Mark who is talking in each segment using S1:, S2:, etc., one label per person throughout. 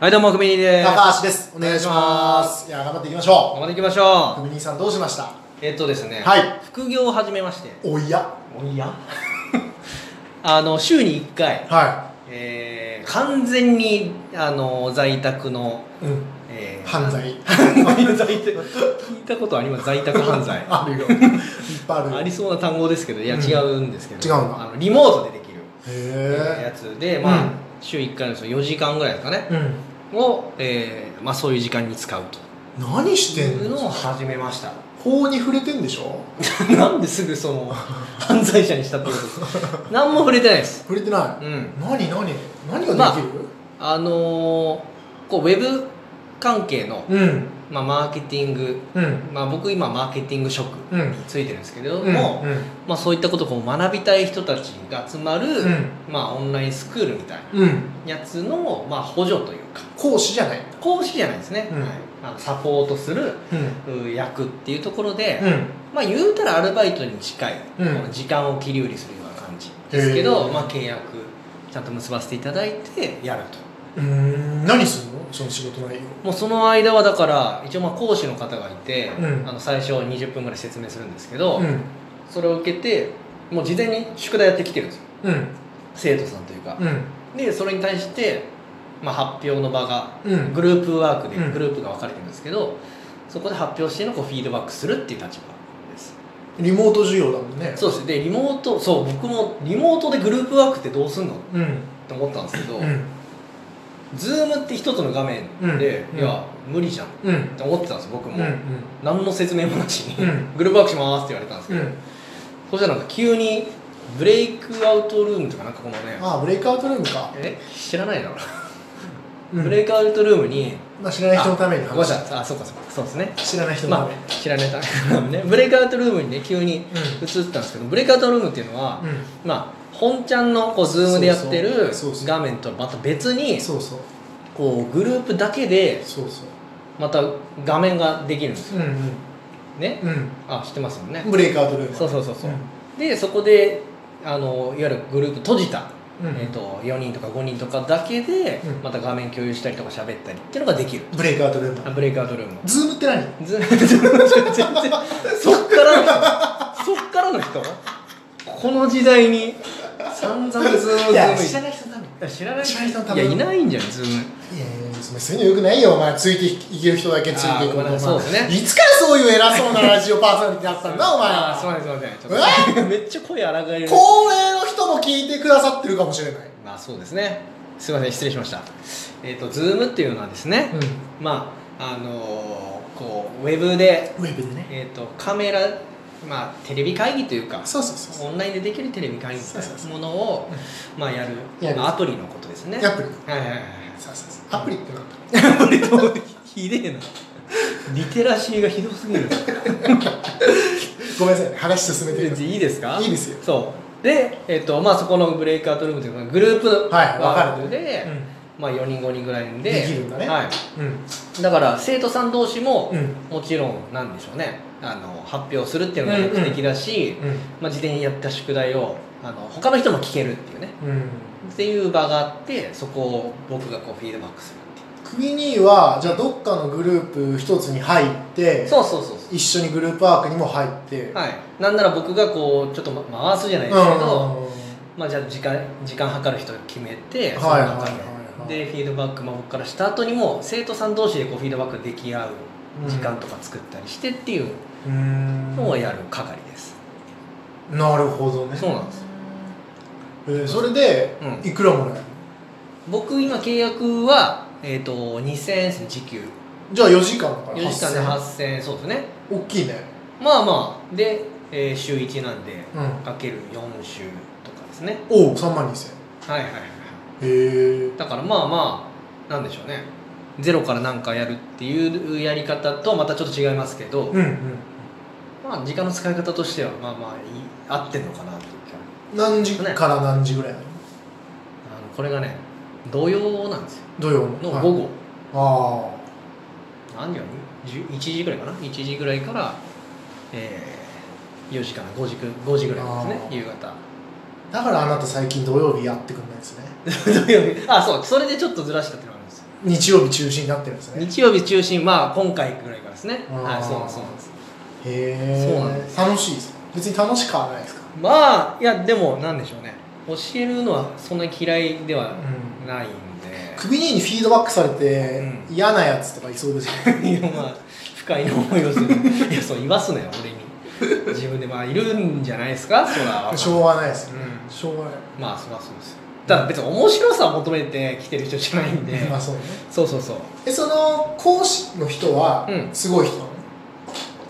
S1: はいどうもふみにです
S2: 高橋ですお願いしますいや頑張っていきましょ
S1: 頑張っていきましょ
S2: う
S1: う
S2: 国人さんどうしました
S1: えっとですね、
S2: はい
S1: 副業を始めまして
S2: おいや
S1: おや あの週に1回、
S2: は
S1: えー完全にあの在宅の、
S2: いうん
S1: えー
S2: 犯 罪
S1: 聞いたことあります在宅犯罪
S2: あるよいっぱいあ
S1: あ
S2: る
S1: り
S2: よ
S1: そうな単語ですけどいや
S2: うん
S1: 違うんですけど、
S2: 違うんだ
S1: あのリモートでできるや
S2: へ
S1: つで、まあ
S2: うん
S1: 週1回のその4時間ぐらいですかね
S2: え、うん、
S1: を、えーまあ、そういう時間に使う
S2: 何
S1: と
S2: して
S1: い
S2: ん
S1: うのを
S2: の
S1: 始めました
S2: 法に触れてんでしょ
S1: なんですぐその犯罪者にしたってことです何も触れてないです
S2: 触れてな
S1: う
S2: い、
S1: ん
S2: 何何何
S1: まあ
S2: ができる、
S1: あのーこうウェブ関係の、
S2: うん
S1: まあ、マーケティング、
S2: うん
S1: まあ、僕今マーケティング職
S2: うん
S1: ついてるんですけれど
S2: うん
S1: も、
S2: うん
S1: まあ、そういったことをこう学びたい人たちが集まる、
S2: うん
S1: まあ、オンラインスクールみたい
S2: うん
S1: なやつの、まあ、補助というか
S2: 講師じゃない
S1: 講師じゃないですね、
S2: うん
S1: はいあのサポートする
S2: うん
S1: う役っていうところで、
S2: うん
S1: まあ言うたらアルバイトに近い、
S2: うん
S1: この時間を切り売りするような感じですけど、
S2: へー
S1: まあ契約ちゃんと結ばせていただいてやると
S2: うーん何するのその仕事内容
S1: もうその間はだから一応まあ講師の方がいて、
S2: うん
S1: あの最初20分ぐらい説明するんですけど、
S2: ん
S1: それを受けてもう事前に宿題やってきてるんですよ
S2: うん
S1: 生徒さんというか、
S2: うん
S1: でそれに対して、まあ、発表の場が
S2: うん
S1: グループワークで
S2: うん
S1: グループが分かれてるんですけど、そこで発表してのこうフィードバックするっていう立場です
S2: リモート授業だもんね
S1: そうですでリモートそう僕もリモートでグループワークってどうすんのっ
S2: うん
S1: て思ったんですけど、
S2: うん
S1: ズームって一つの画面で、
S2: うん
S1: いや無理じゃんっ
S2: うん
S1: て思ってたんです僕も、
S2: うん
S1: 何の説明もなしに、
S2: うん
S1: グループワークしますって言われたんです
S2: う
S1: けど、
S2: んうん
S1: そしたらなんか急にブレイクアウトルームとかなんかこのね
S2: ああブレイクアウトルームか、
S1: え知らないの、
S2: うん
S1: ブレイクアウトルームに
S2: まあ、知らない人のために
S1: ごめんな
S2: 話
S1: さいあそうかそうかそうですね
S2: 知らない人のた
S1: ま
S2: め
S1: あ知らないた めねブレイクアウトルームにね急に移ったんですけど、ブレイクアウトルームっていうのは、
S2: うん、
S1: まあ本ちゃんのこうズームでやってる
S2: そうそうそうそう
S1: 画面とはまた別に
S2: そうそう
S1: こうグループだけで
S2: そうそ
S1: また画面ができるんです
S2: う
S1: よ
S2: うん
S1: ね
S2: うん
S1: あ知ってますよね
S2: ブレイクアウトルーム
S1: そうそうそうそう
S2: うん
S1: でそこであのいわゆるグループ閉じた、
S2: うん
S1: えー、と4人とか5人とかだけで
S2: うん
S1: また画面共有したりとか喋ったりっていうのができる
S2: ブレイクアウトルーム
S1: あ
S2: だ
S1: ブレイクアウトルーム
S2: ズームって何
S1: ず全然そっからの人そっからの人この時代に散々ズームズ
S2: いや
S1: ーム
S2: 知らない人のために
S1: いや知らない
S2: 知らない人のた
S1: い
S2: め
S1: や
S2: に
S1: いないんじゃないズーム
S2: いやいやそういうのよくないよお前ついていける人だけついていく
S1: あーまあそうですね
S2: いつからそういう偉そうなラジオパーソナリティだったんだお前
S1: あーすい
S2: は
S1: ませんすいませんちょっとめっちゃ声荒がえる
S2: 高齢の人も聞いてくださってるかもしれない
S1: まあそうですねすいません失礼しましたえっ、とズームっていうのはですね、
S2: ん
S1: まああのーこうウェブで、
S2: ウェブでね
S1: えー、とカメラまあテレビ会議というか
S2: そうそうそうそう
S1: オンラインでできるテレビ会議みたい
S2: そうそう
S1: な
S2: そう
S1: ものをまあやる
S2: やる
S1: まあアプリのことですね
S2: アプリ
S1: はいはいはいはい
S2: そうそうそうアプリってなんだ
S1: アプリ とひでえなリテラシーがひどすぎる
S2: ごめんなさいね話進めてください
S1: いいですか
S2: いいですよ
S1: そうで、えっとまあ、そこのブレイクアウトルームというかグループ
S2: はい
S1: ワー
S2: 分
S1: ク
S2: かれて
S1: で、まあ、4人5人ぐらいで
S2: できるんだね
S1: はい、
S2: うん
S1: だから生徒さん同士も、
S2: うん
S1: もちろんなんでしょうねあの発表するっていうのが目的だし、
S2: うん
S1: まあ、事前にやった宿題をあの他の人も聞けるっていうね
S2: うん
S1: っていう場があってそこを僕がこうフィードバックするってい
S2: クギ兄はじゃあどっかのグループ一つに入って
S1: うそうそうそうそ
S2: 一緒にグループワークにも入って
S1: うはいなんなら僕がこうちょっとま回すじゃない
S2: うん
S1: ですけど、まあ、じゃあ時間時間計る人決めてその
S2: はいはい
S1: 中
S2: はい
S1: ででフィードバック、まあ、僕からした後にも生徒さん同士でこうフィードバックでき合う時間とか作ったりしてっていう
S2: うーん
S1: のをやる係です、
S2: なるほどね
S1: そうなんです
S2: えーそれで
S1: うん
S2: いくらもらえる
S1: 僕今契約は、えー、と2000円ですね時給
S2: じゃあ4時間だから
S1: 4時間で
S2: 8000
S1: 8000円そうですね
S2: 大きいね
S1: まあまあで、えー週1なんで
S2: うん
S1: かける4週とかですね
S2: おお3万2000
S1: はいはいはいはい
S2: へえ
S1: だからまあまあなんでしょうねゼロから何かやるっていうやり方とはまたちょっと違いますけど、
S2: うんうん
S1: まあ時間の使い方としてはまあまあいい合ってんのかなっていう感じ
S2: 何時から何時ぐらいな
S1: あ
S2: の
S1: のこれがね土曜なんですよ
S2: 土曜
S1: の午
S2: のはい
S1: 後、
S2: あ
S1: 何時に1時ぐらいかな1時ぐらいから、えー4時から5時く5時ぐらいです
S2: あー
S1: ね夕方
S2: あだからあなた最近土曜日やってくんないですね
S1: 土曜日あそうそれでちょっとずらしたっていうのがあるんですよ
S2: 日曜日中止になってるんですね
S1: 日曜日中心まあ今回ぐらいからですね
S2: あー
S1: はいそうなんですそうなんです
S2: へえ
S1: そうなんで
S2: 楽しいですか別に楽しくはないですか
S1: まあいやでもなんでしょうね教えるのはそんなに嫌いでは
S2: う
S1: ないん
S2: 首ににフィードバックされて、
S1: う
S2: 嫌なやつとかいそうですよね
S1: で、いやまあ不快な思いをする いやそう言わすなよ俺に自分でまあいるんじゃないですかそら
S2: しょうがないですよね、
S1: う
S2: しょうがない
S1: まあそりゃそうですよただ別に面白さを求めて来てる人じゃないんで
S2: まあそうね
S1: そうそうそう
S2: えその講師の人は
S1: うん
S2: すごい人なの、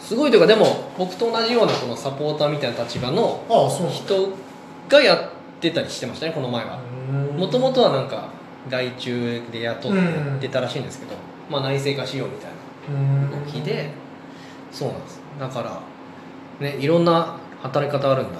S1: すごいというかでも僕と同じようなこのサポーターみたいな立場の
S2: ああそうなんだ
S1: 人がやってたりしてましたねこの前はもともとはなんか外注で雇ってやってたらしいんですけど、まあ内製化しようみたいな動きでそうなんですだからねいろんな働き方あるんだ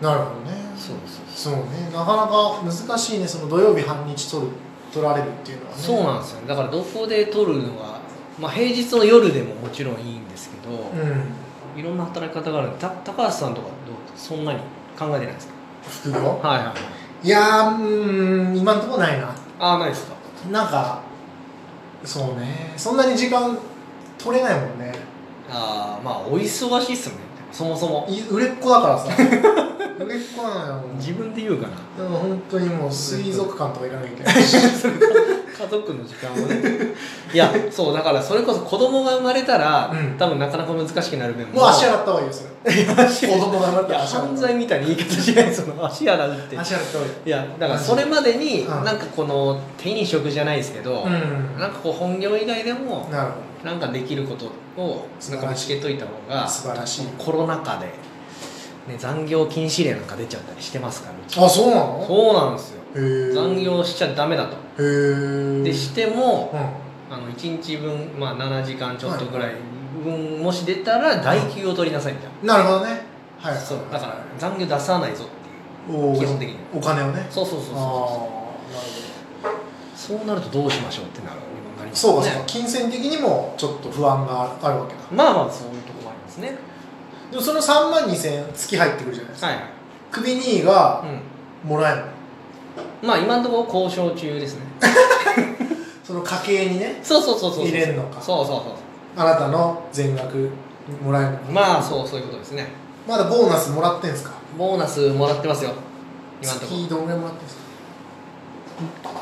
S1: な
S2: なるほどね
S1: そうそう
S2: そうねなかなか難しいねその土曜日半日取る取られるっていうのはね
S1: そうなんですよねだからどこで撮るのはまあ平日の夜でももちろんいいんですけど、
S2: うん
S1: いろんな働き方があるんでた高橋さんとかどうそんなに考えてないですか
S2: 副業
S1: はいはい
S2: いやーうーん今んとこないな
S1: ああないですか
S2: なんかそうねそんなに時間取れないもんね
S1: ああまあお忙しいっすよねそもそも
S2: い売れっ子だか らさ売れっ子なのよもう
S1: 自分で言うかな
S2: でも本当にもう水族館とか行かなきゃいけない
S1: 家族の時間を ねいやそうだからそれこそ子供が生まれたら、
S2: うん
S1: 多分なかなか難しくなる面も
S2: もう足洗った方がいいよそれ
S1: 足
S2: 子供が生まれ
S1: い
S2: た
S1: や
S2: ら足洗
S1: 犯
S2: った
S1: 罪みたいな言い方しないその足洗うって
S2: 足洗った方がいい
S1: いやだからそれまでに、
S2: うん
S1: なんかこの手に職じゃないですけど、
S2: うん
S1: なんかこう本業以外でも
S2: なるほ
S1: なんかできることを
S2: 素
S1: なん
S2: 晴
S1: から見
S2: し
S1: つ
S2: い
S1: けといた方が
S2: ど素晴らしい
S1: コロナ禍で、ね、残業禁止令なんか出ちゃったりしてますからうち
S2: あそうなの
S1: そうなんですよ
S2: へー
S1: 残業しちゃダメだと
S2: へー
S1: でしても
S2: うん
S1: あの1日分、まあ、7時間ちょっとぐらい分もし出たら代休を取りなさいみたい
S2: なるほどねはい
S1: なそうだから残業出さないぞっていう
S2: おー
S1: 基本的には
S2: お金をね
S1: そうそうそう
S2: あ
S1: そ
S2: あなるほど
S1: うそうなるとどうしましょうってなるなります
S2: そうかそうか、
S1: ね
S2: 金銭的にもちょっと不安があるわけだ
S1: まあまあそういうとこもありますね
S2: でもその3万2000円月入ってくるじゃないですか、
S1: はい、
S2: クビ2位が
S1: う
S2: もらえるの
S1: ん、まあ今のところ交渉中 ですね
S2: その家計にね
S1: そうそうそうそうそう
S2: 入れるのか
S1: そうそうそう
S2: あなたの全額もらえるの
S1: まあそうそういうことですね
S2: まだボーナスもらってんすか
S1: ボーナスもらってますよ今のとこ
S2: 月どんぐらいもらってんすか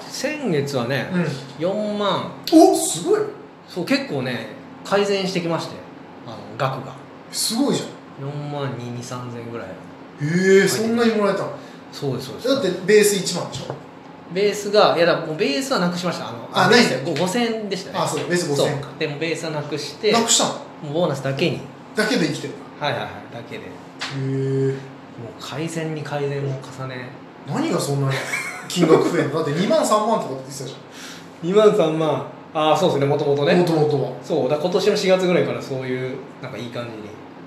S1: 先月はね、
S2: う
S1: 4万
S2: んおすごい
S1: そう結構ね改善してきましてあの額が
S2: すごいじゃん
S1: 4万2 2 3千ぐらい
S2: へえそんなにもらえたの
S1: そうですそうです
S2: だってベース1万でしょ
S1: ベースがいやだからもうベースはなくしましたあの
S2: あ
S1: ベー
S2: ない
S1: スはご5000円でしたね
S2: あそうベース5000円か
S1: そうでもベースはなくして
S2: な
S1: も
S2: くしたの
S1: うボーナスだけに
S2: だけで生きてるんだ
S1: はいはいはいだけでもう
S2: へえ
S1: 改善に改善を重ね
S2: 何がそんなに金額増えんのだって2万3万とかって言ってたじ
S1: 2万3万ああそうですねもともと
S2: ゃん
S1: ね
S2: もともとは
S1: そうだから今年の4月ぐらいからそういうなんかいい感じに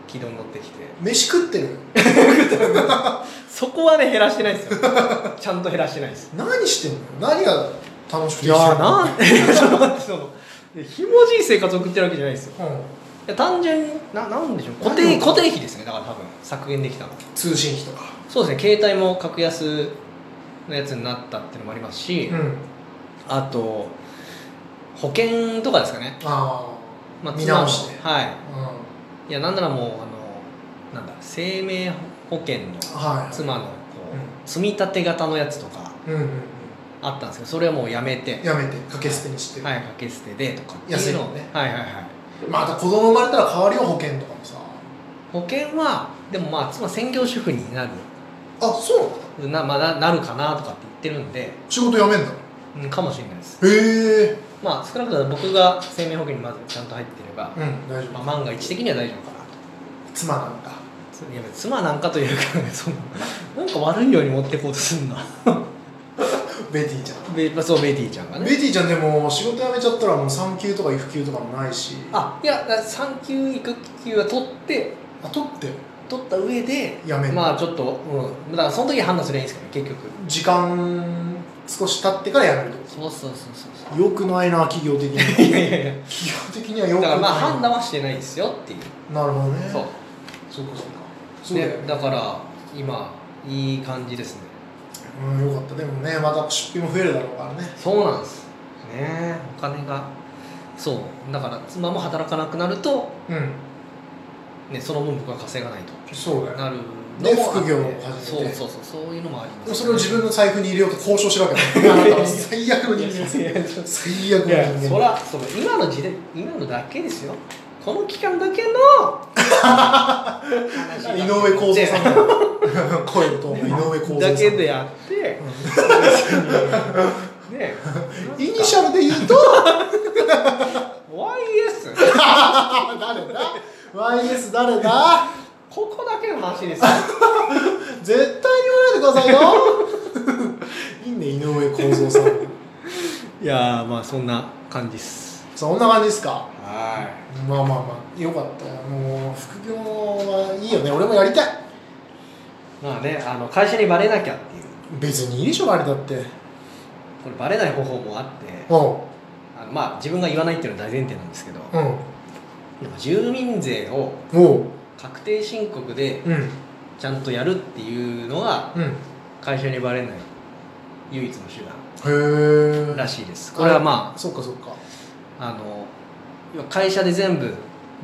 S1: 軌道に乗ってきて
S2: 飯食ってる
S1: そこはね減らしてない ですよちゃんと減らしてないです
S2: 何してんの何が楽しくて
S1: い
S2: い
S1: やーなんてちょっと待ってそのいやひもじい生活を送ってるわけじゃないですよ
S2: うん、
S1: いや単純にななんでしょう固定
S2: 何を
S1: 固定費ですねだから多分削減できたの
S2: 通信費とか
S1: そうですね携帯も格安のやつになったっていうのもありますし、
S2: ん
S1: あと保険とかですかね、
S2: ああ、
S1: まあ、
S2: 見直して、
S1: 妻もは
S2: うん、はい
S1: いいやなんならもうあのなんだ生命保険の
S2: は
S1: 妻のこう、
S2: う
S1: 積み立て型のやつとか
S2: い、うんうん
S1: あったんですけどそれはもうやめて
S2: うん、やめて掛け捨てにして、
S1: はい、掛け捨てでとかって
S2: 安
S1: い
S2: いう
S1: の
S2: の
S1: を
S2: ね
S1: はいはいはい
S2: また子供生まれたら代わりは保険とかもさ
S1: 保険はでもまあ妻専業主婦になる
S2: あそうなの
S1: な,、まあ、ななるかなとかって言ってるんで、
S2: 仕事辞めんだ
S1: うん、かもしれないです
S2: へえ
S1: まあ少なくとも僕が生命保険にまずちゃんと入ってれば
S2: う、ん大丈夫、
S1: まあ、万が一的には大丈夫かなと
S2: 妻なんだ
S1: ついや妻なんかというかそのなんか悪いように持ってこうとすんな
S2: ベティちゃん
S1: ベまあそうベイティちゃんが
S2: ベ
S1: ね
S2: ティちゃんでも仕事辞めちゃったらもう産休とか育休とかもないし
S1: あいやだから産休育休は取って
S2: あ取って
S1: 取った上で
S2: 辞める、
S1: まあちょっと、うん、だからその時判断すればいいんですけどね結局
S2: 時間少し経ってから辞めるってこ
S1: そうそうそうそうそ
S2: とよくないな企業的には
S1: ういやいやいや
S2: 企業的にはよく
S1: だから
S2: ない
S1: まあ判断はしてないですよっていう
S2: なるほどね
S1: そう
S2: そうかそうかそうだよ
S1: ね、だから今いい感じですね
S2: うんよかったでもねまた出費も増えるだろうからね
S1: そうなんですねお金がそうだから妻も働かなくなると、
S2: うん
S1: ね、その分僕は稼がないと
S2: そうだよ
S1: なるの
S2: で
S1: もあって
S2: 副業を始
S1: そ
S2: め
S1: う
S2: て
S1: そうそうそういうのもあります、
S2: でもそれを自分の財布に入れようと交渉してるわけだ あなたは最悪の人間です
S1: いやいや
S2: 最悪の
S1: いや
S2: 人
S1: そ
S2: 間
S1: らその今の時代今のだけですよこの期間だけの話だ
S2: 井上公造さんの声のトーンが井上公造さん
S1: だけでやって、 ね
S2: イニシャルで言うと
S1: YS
S2: あ誰だ YS 誰だ
S1: ここだけの話ですよ
S2: 絶対に言わないでくださ いよ いいね井上公造さん
S1: いやーまあそんな感じです
S2: そんな感じですか
S1: は
S2: まあまあまあよかったよもう副業はいいよね俺もやりたい
S1: いまあねあの会社にバレなきゃっていう
S2: 別にいいでしょあれだって
S1: これバレない方法もあって
S2: う
S1: あのまあ自分が言わないっていうのは大前提なんですけど
S2: んうん
S1: なんか住民税を
S2: おう
S1: 確定申告で
S2: うん
S1: ちゃんとやるっていうのが
S2: うんへ
S1: 会社にバレない唯一の手
S2: え
S1: 段らしいですこれはま
S2: そっかそっか
S1: ああの要は会社で全部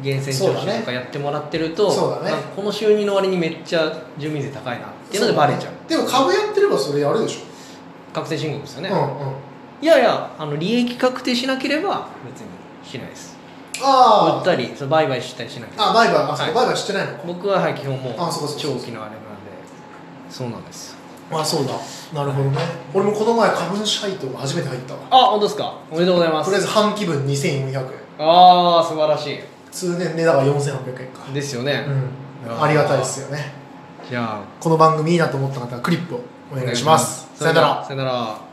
S1: 源泉徴
S2: そうだ
S1: 収
S2: ね
S1: とかやってもらってると、
S2: そうだね
S1: なんかこの収入の割にめっちゃ住民税高いなっていうのでバレちゃう
S2: でも株やってればそれやるでし
S1: 確定申告ですよ
S2: ょ、
S1: ね、
S2: うんうん
S1: いやいやあの利益確定しなければ別にしないです売
S2: あ
S1: っ
S2: ー
S1: たりその売買したりしないです
S2: あバイバイあそっ
S1: は
S2: か
S1: い
S2: バイバイしてないのか
S1: 僕は、はい、基本もう
S2: あそうかそう
S1: 長
S2: か
S1: 期のあれなんでそうなんです
S2: あそうだなるほどね俺もこの前株主配当が初めて入ったわ
S1: あ本当ですかおめでとうございま
S2: と
S1: す
S2: りあえず半期分2400円
S1: ああ素晴らし
S2: 通年でだから4800円か
S1: いですよね、
S2: うんありがたいですよね
S1: じゃあ
S2: この番組いいなと思った方はクリップをお願いしますさよなら
S1: さよなら